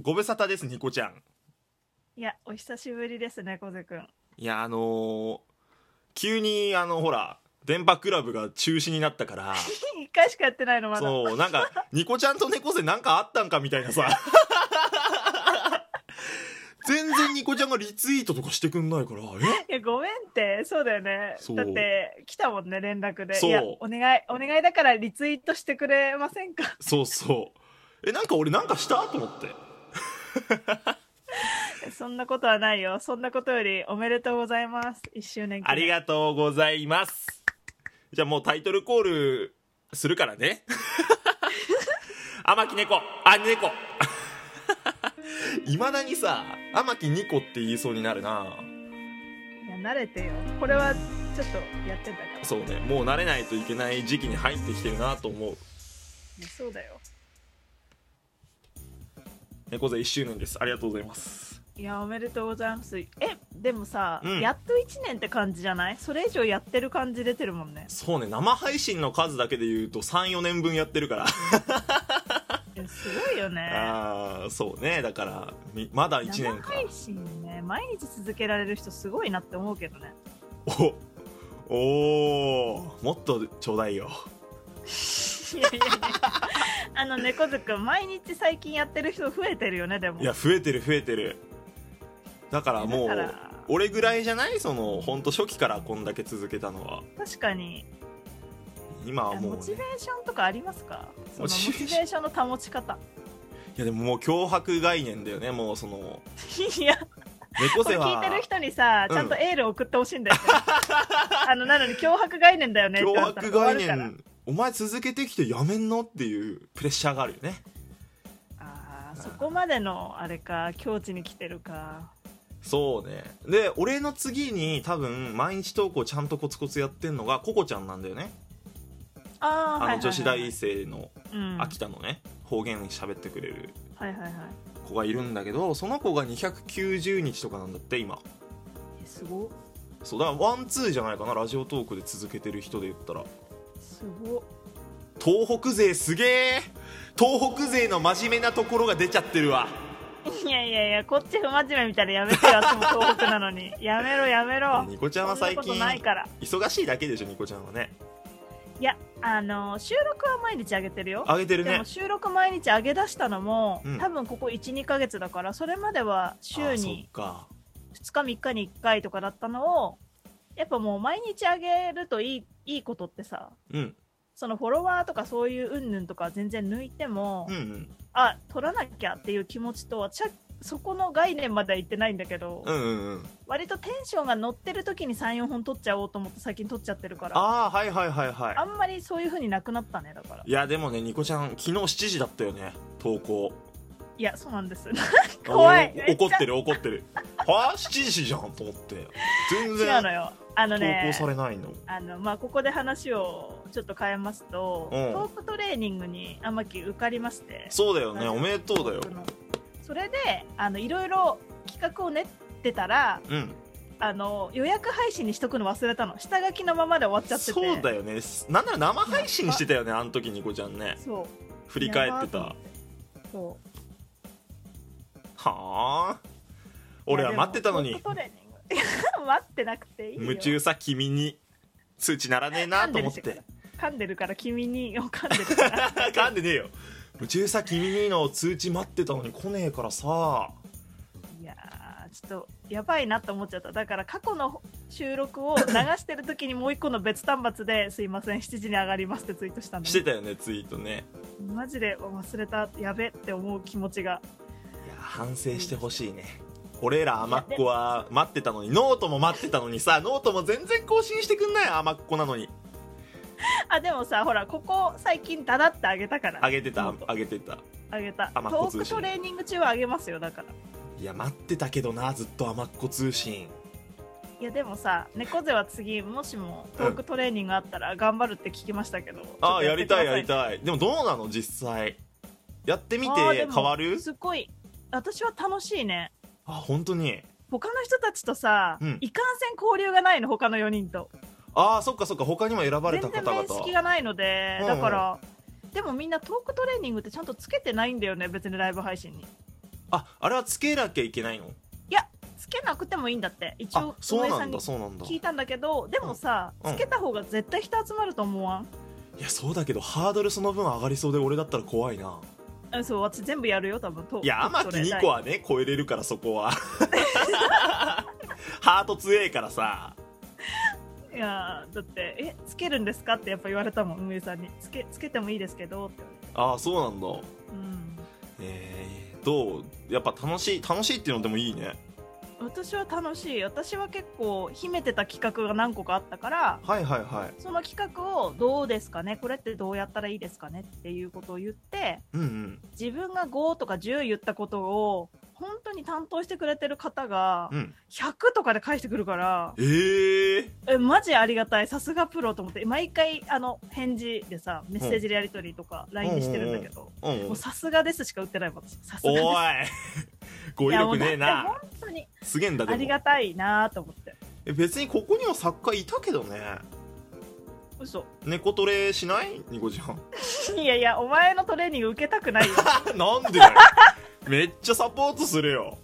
ご無沙汰ですニコちゃんいや、お久しぶりですね、小瀬くん。いやあのー急にあのほら電波クラブが中止になったから 一回しかやってないの、まだ。そうなんかニコちゃんと猫背なんかあったんかみたいなさ全然ニコちゃんがリツイートとかしてくんないからえいや、ごめんって、そうだよねそ。うだって、来たもんね、連絡で。そういや、お願い、お願いだからリツイートしてくれませんか。そうそうえなんか俺なんかしたと思ってそんなことはないよ。そんなことより、おめでとうございます。一周年記念ありがとうございますじゃあもうタイトルコールするから ね天木猫あ 猫いまだにさ天木ニコって言いそうになるないや、慣れてよ。これは、ちょっとやってんだから。そうねもう慣れないといけない時期に入ってきてるなと思ういやそうだよ。猫背1周年ですありがとうございますいや、おめでとうございます。え、でもさ、うんやっと1年って感じじゃないそれ以上やってる感じ出てるもんね。そうね生配信の数だけで言うと34年分やってるからいやすごいよね。ああそうねだからみまだ1年生か配信ね毎日続けられる人すごいなって思うけどねおおーもっとちょうだいよいやいやいや あの猫ずくん毎日最近やってる人増えてるよねでもいや増えてる増えてるだからもうだから俺ぐらいじゃないその本当初期からこんだけ続けたのは確かに今はもうモね、チベーションとかありますかモそのモチベチーションベーションの保ち 方いやでももう脅迫概念だよねもうそのいや猫これ背聞いはてる人にさうんちゃんとエール送ってほしいんだよね、 あのなのに脅迫概念だよねって脅言われたら迫終わ概るから念お前続けてきてやめんのっていうプレッシャーがあるよねあーそこまでのあれか境地に来てるかそうねで俺の次に多分毎日投稿ちゃんとコツコツやってんのがココちゃんなんだよねあーはいはいあはいの女子大生のうんはい秋田のね方言喋ってくれるはいはい子がいるんだけどその子が290日とかなんだって今えすごっそうだからワンツーじゃないかなラジオトークで続けてる人で言ったらすごっ東北勢すげえ東北勢の真面目なところが出ちゃってるわいやいやいやこっち不真面目みたいなやめてよ私も東北なの にやめろやめろニコちゃんそはんな最こ近とないから忙しいだけでしょニコちゃんはねいやあの収録は毎日あげてるよあげてるでねも収録毎日上げ出したのも、うん多分ここ12ヶ月だからそれまでは週にあそっか2日3日に1回とかだったのをやっぱもう毎日上げるといいいいことってさうんそのフォロワーとかそういう云々とか全然抜いても、うんうんあ取らなきゃっていう気持ちとはちゃそこの概念までは言ってないんだけど、うんうんうん割とテンションが乗ってる時に34本取っちゃおうと思って最近取っちゃってるからあああはいはいはいはんまりそういう風になくなったねだからいいやでもねニコちゃん昨日7時だったよね投稿いやそうなんです怖いあお怒ってる怒ってるはあ7時じゃんと思って全違う然のよあの投ね稿されないのあのまあ、ここで話をちょっと変えますと、うんトークトレーニングに天木受かりましてそうだよねおめでとうだよトークのそれであのいろいろ企画を練ってたらうんあの予約配信にしとくの忘れたの下書きのままで終わっちゃっててそうだよねなんなら生配信して たよねあの時ニコちゃんねそう振り返ってたやばーはとそうあ俺は待ってたのいやにでもトレーニングいや 待ってなくていいよ夢中さ君に通知ならねえなと思っ噛んでるて噛んでるから君にを噛んで るから噛んでねえよ夢中さ君にの通知待ってたのに来ねえからさいやーちょっとやばいなと思っちゃっただから過去の収録を流してる時にもう一個の別端末で「すいません7時に上がります」ってツイートしたのしてたよねツイートねマジで忘れたやべって思う気持ちがいや反省してほしいね俺ら甘っ子は待ってたのにノートも待ってたのにさノートも全然更新してくんない甘っ子なのにあでもさほらここ最近ダダってあげたからあげてたノートあげてたあげたトあまあ交ー通ク費トレーニング中はあげますよだからいや待ってたけどなずっと甘っ子通信いやでもさ猫背は次もしもトークトレーニングあったら頑張るって聞きましたけど、ああやりたいやりいたいでもどうなの実際やってみて変わるすごい私は楽しいねあ本当に他の人たちとさ、うんいかんせん交流がないの他の4人とああそっかそっか他にも選ばれ全た然方々面識がないので、うんうんだからでもみんなトークトレーニングってちゃんとつけてないんだよね別にライブ配信にああれはつけなきゃいけないのつけなくてもいいんだって一あ応そう井上なさんにだそうなんだ聞いたんだけどでもさ、うんつけた方が絶対人集まると思わん、いやそうだけどハードルその分上がりそうで俺だったら怖いなあそう私全部やるよ多分といや天そ木れ二子はね超えれるからそこ はハート強えからさいやだってえつけるんですかってやっぱ言われたもん運営さんにつけつけてもいいですけどって言われてああそうなんだうんえー、どうやっぱ楽しい楽しいっていうのでもいいね私は楽しい私は結構秘めてた企画が何個かあったからはいはいはいその企画をどうですかねこれってどうやったらいいですかねっていうことを言ってうんうん自分が5とか10言ったことを本当に担当してくれてる方がうん100とかで返してくるからえええマジありがたいさすがプロと思って毎回あの返事でさメッセージでやり取りとか LINE でしてるんだけどー、うんもうさすがですしか打ってない私さすがおで いす語彙いやも力うねだってえな本当にすげえんだあでりもがたいなと思ってえ別にここにも作家いたけどね嘘猫トレしないニコちゃん いやいやお前のトレーニング受けたくないよなんでだよめっちゃサポートするよ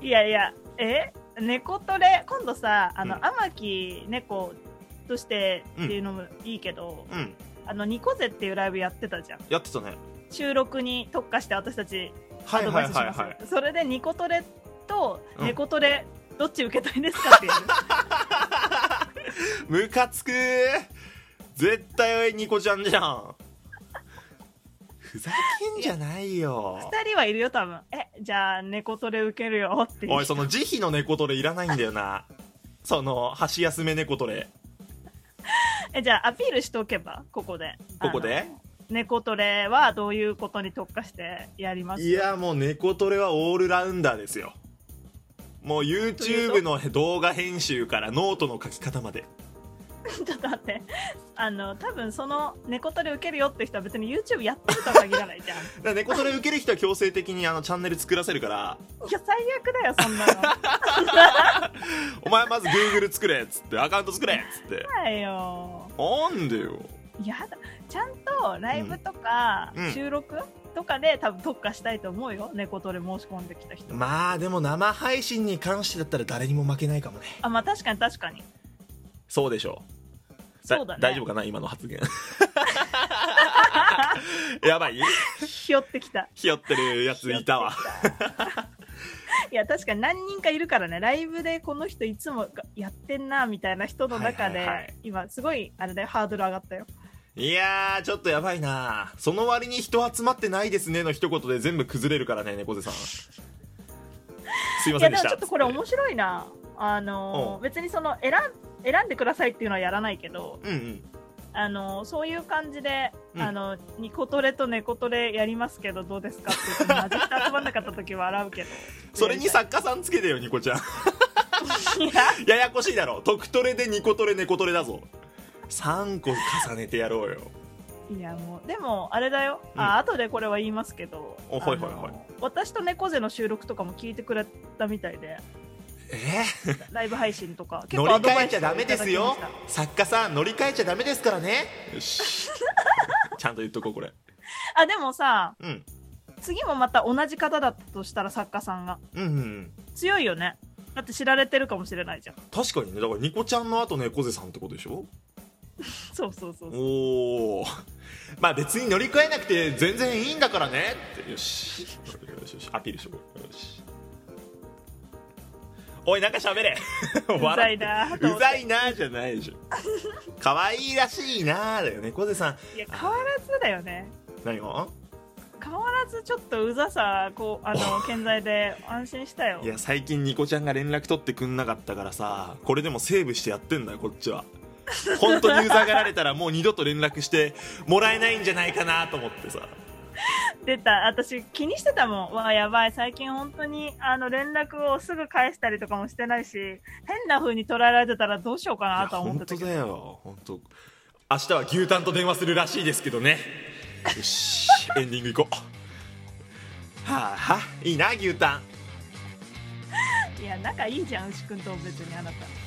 いやいやえ猫トレ今度さあの、うん天城猫としてっていうのもいいけど、うんあのニコゼっていうライブやってたじゃんやってたね収録に特化して私たちアはいドはバいはイスしいますよ、はいそれでニコトレとうん猫トレ、どっち受けたいですかっていう ムカつく絶対ニコちゃんじゃんふざけんじゃないよ二人はいるよ多分えじゃあ猫トレ受けるよっていうおいその慈悲の猫トレいらないんだよ なその箸休め猫トレえじゃあアピールしておけばここでここであの猫トレはどういうことに特化してやりますいやもう猫トレはオールラウンダーですよもう YouTube の動画編集からノートの書き方まで ちょっと待ってあの多分その猫トレ受けるよって人は別に YouTube やってるとは限らない じゃんいだから猫トレ受ける人は強制的にあのチャンネル作らせるからや最悪だよそんなのお前まず Google 作れっつってアカウント作れっつってはいよなんでよやだちゃんとライブとかうんうん収録とかで多分特化したいと思うよ猫トレ申し込んできた人まあでも生配信に関してだったら誰にも負けないかもねあまあ確かに確かにそうでしょうそうだね大丈夫かな今の発言 やばい ひよってきたひよってるやついたわひよってき たいや確かに何人かいるからねライブでこの人いつもやってんなみたいな人の中で、はいはいはい今すごいあれだよハードル上がったよいやーちょっとやばいなその割に人集まってないですねの一言で全部崩れるからね猫背さんすいませいやんででもしちたょっとこれ面白いなあのーうん別にその選ん選んでくださいっていうのはやらないけどうんうんあのーそういう感じで、うんあのニコトレとネコトレやりますけどどうですかって言ってマジで集まんなかった時は笑うけど それに作家さんつけてよニコちゃんいやややこしいだろ特トレでニコトレ猫トレだぞ3個重ねてやろうよいやもうでもあれだよ、あ後でこれは言いますけどおはいはいはいあの私と猫背の収録とかも聞いてくれたみたいでえーライブ配信とか乗り換えちゃダメですいただよきまし作家さん乗り換えちゃダメですからねよしちゃんと言っとこうこれ、たあでもさうん、次もまた同じ方だったとしたら作家さんがうんうん強いよねだって知られてるかもしれないじゃん確かにねだからニコちゃんの後猫背さんってことでしょそうそうそうそうおお まあ別に乗り越えなくて全然いいんだからねってよしよしよしアピールしようよしおいなんか喋 れうざい笑なっぁてと思うっざていなーじゃないでしょ可愛いらしいなーだよね猫背さんいや変わらずだよね何が変わらずちょっとうざさこうあの健在で安心したよいや最近ニコちゃんが連絡取ってくんなかったからさこれでもセーブしてやってんだよこっちは本当にうざがられたらもう二度と連絡してもらえないんじゃないかなと思ってさ出た私気にしてたもんわあやばい最近本当にあの連絡をすぐ返したりとかもしてないし変な風に捉えられてたらどうしようかいやなとは思っ本て当たけどだよ本当明日は牛タンと電話するらしいですけどねよしエンディング行こうはあはあいいな牛タンいや仲いいじゃん牛くんと別にあなた